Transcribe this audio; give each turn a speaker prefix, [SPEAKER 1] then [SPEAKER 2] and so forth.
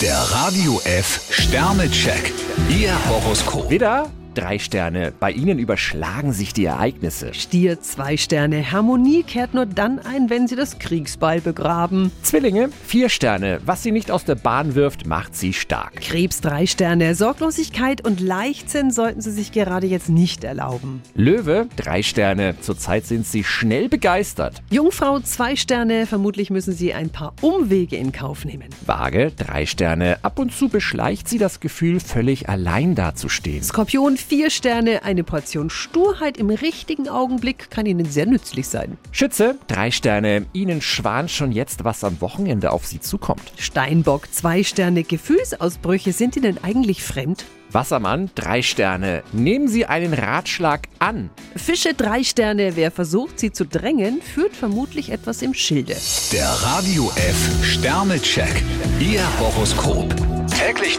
[SPEAKER 1] Der Radio F Sternecheck. Ihr Horoskop.
[SPEAKER 2] Widder, drei Sterne. Bei Ihnen überschlagen sich die Ereignisse.
[SPEAKER 3] Stier zwei Sterne. Harmonie kehrt nur dann ein, wenn sie das Kriegsbeil begraben.
[SPEAKER 2] Zwillinge, vier Sterne. Was Sie nicht aus der Bahn wirft, macht Sie stark.
[SPEAKER 3] Krebs drei Sterne. Sorglosigkeit und Leichtsinn sollten sie sich gerade jetzt nicht erlauben.
[SPEAKER 2] Löwe, drei Sterne. Zurzeit sind Sie schnell begeistert.
[SPEAKER 3] Jungfrau zwei Sterne. Vermutlich müssen sie ein paar Umwege in Kauf nehmen.
[SPEAKER 2] Waage, drei Sterne. Ab und zu beschleicht Sie das Gefühl, völlig allein dazustehen.
[SPEAKER 3] Skorpion vier Sterne. Eine Portion Sturheit im richtigen Augenblick kann ihnen sehr nützlich sein.
[SPEAKER 2] Schütze, drei Sterne. Ihnen schwant schon jetzt, was am Wochenende auf Sie zukommt.
[SPEAKER 3] Steinbock zwei Sterne. Gefühlsausbrüche sind ihnen eigentlich fremd?
[SPEAKER 2] Wassermann, drei Sterne. Nehmen Sie einen Ratschlag an.
[SPEAKER 3] Fische drei Sterne. Wer versucht, sie zu drängen, führt vermutlich etwas im Schilde.
[SPEAKER 1] Der Radio F Sternecheck. Ihr Horoskop. Täglich